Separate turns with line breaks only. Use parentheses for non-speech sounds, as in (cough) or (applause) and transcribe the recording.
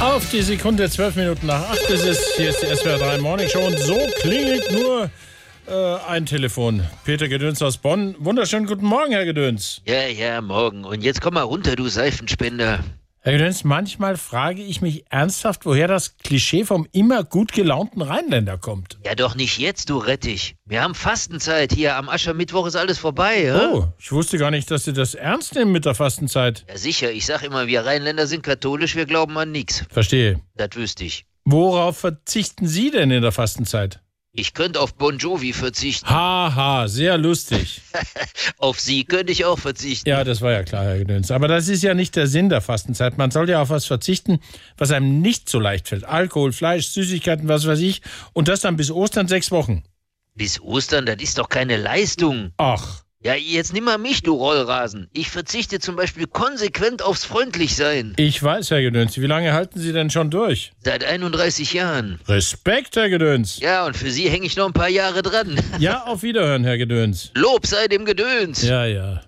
Auf die Sekunde, zwölf Minuten nach acht ist es. Hier ist die SWR 3 Morning Show und so klingelt nur äh, ein Telefon. Peter Gedöns aus Bonn. Wunderschönen guten Morgen, Herr Gedöns.
Ja, ja, morgen. Und jetzt komm mal runter, du Seifenspender.
Herr Gedöns, manchmal frage ich mich ernsthaft, woher das Klischee vom immer gut gelaunten Rheinländer kommt.
Ja, doch nicht jetzt, du Rettich. Wir haben Fastenzeit hier. Am Aschermittwoch ist alles vorbei, hä?
Oh, ich wusste gar nicht, dass Sie das ernst nehmen mit der Fastenzeit.
Ja, sicher. Ich sag immer, wir Rheinländer sind katholisch, wir glauben an nichts.
Verstehe.
Das wüsste ich.
Worauf verzichten Sie denn in der Fastenzeit?
Ich könnte auf Bon Jovi verzichten.
Haha, sehr lustig.
Auf sie könnte ich auch verzichten.
Ja, das war ja klar, Herr Gedöns. Aber das ist ja nicht der Sinn der Fastenzeit. Man soll ja auf was verzichten, was einem nicht so leicht fällt. Alkohol, Fleisch, Süßigkeiten, was weiß ich. Und das dann bis Ostern sechs Wochen.
Bis Ostern, das ist doch keine Leistung.
Ach,
Ja, jetzt nimm mal mich, du Rollrasen. Ich verzichte zum Beispiel konsequent aufs Freundlichsein.
ich weiß, Herr Gedöns. Wie lange halten Sie denn schon durch?
Seit 31 Jahren.
Respekt, Herr Gedöns.
Ja, und für sie hänge ich noch ein paar Jahre dran. (laughs)
Ja, auf Wiederhören, Herr Gedöns.
Lob sei dem Gedöns.
Ja, ja.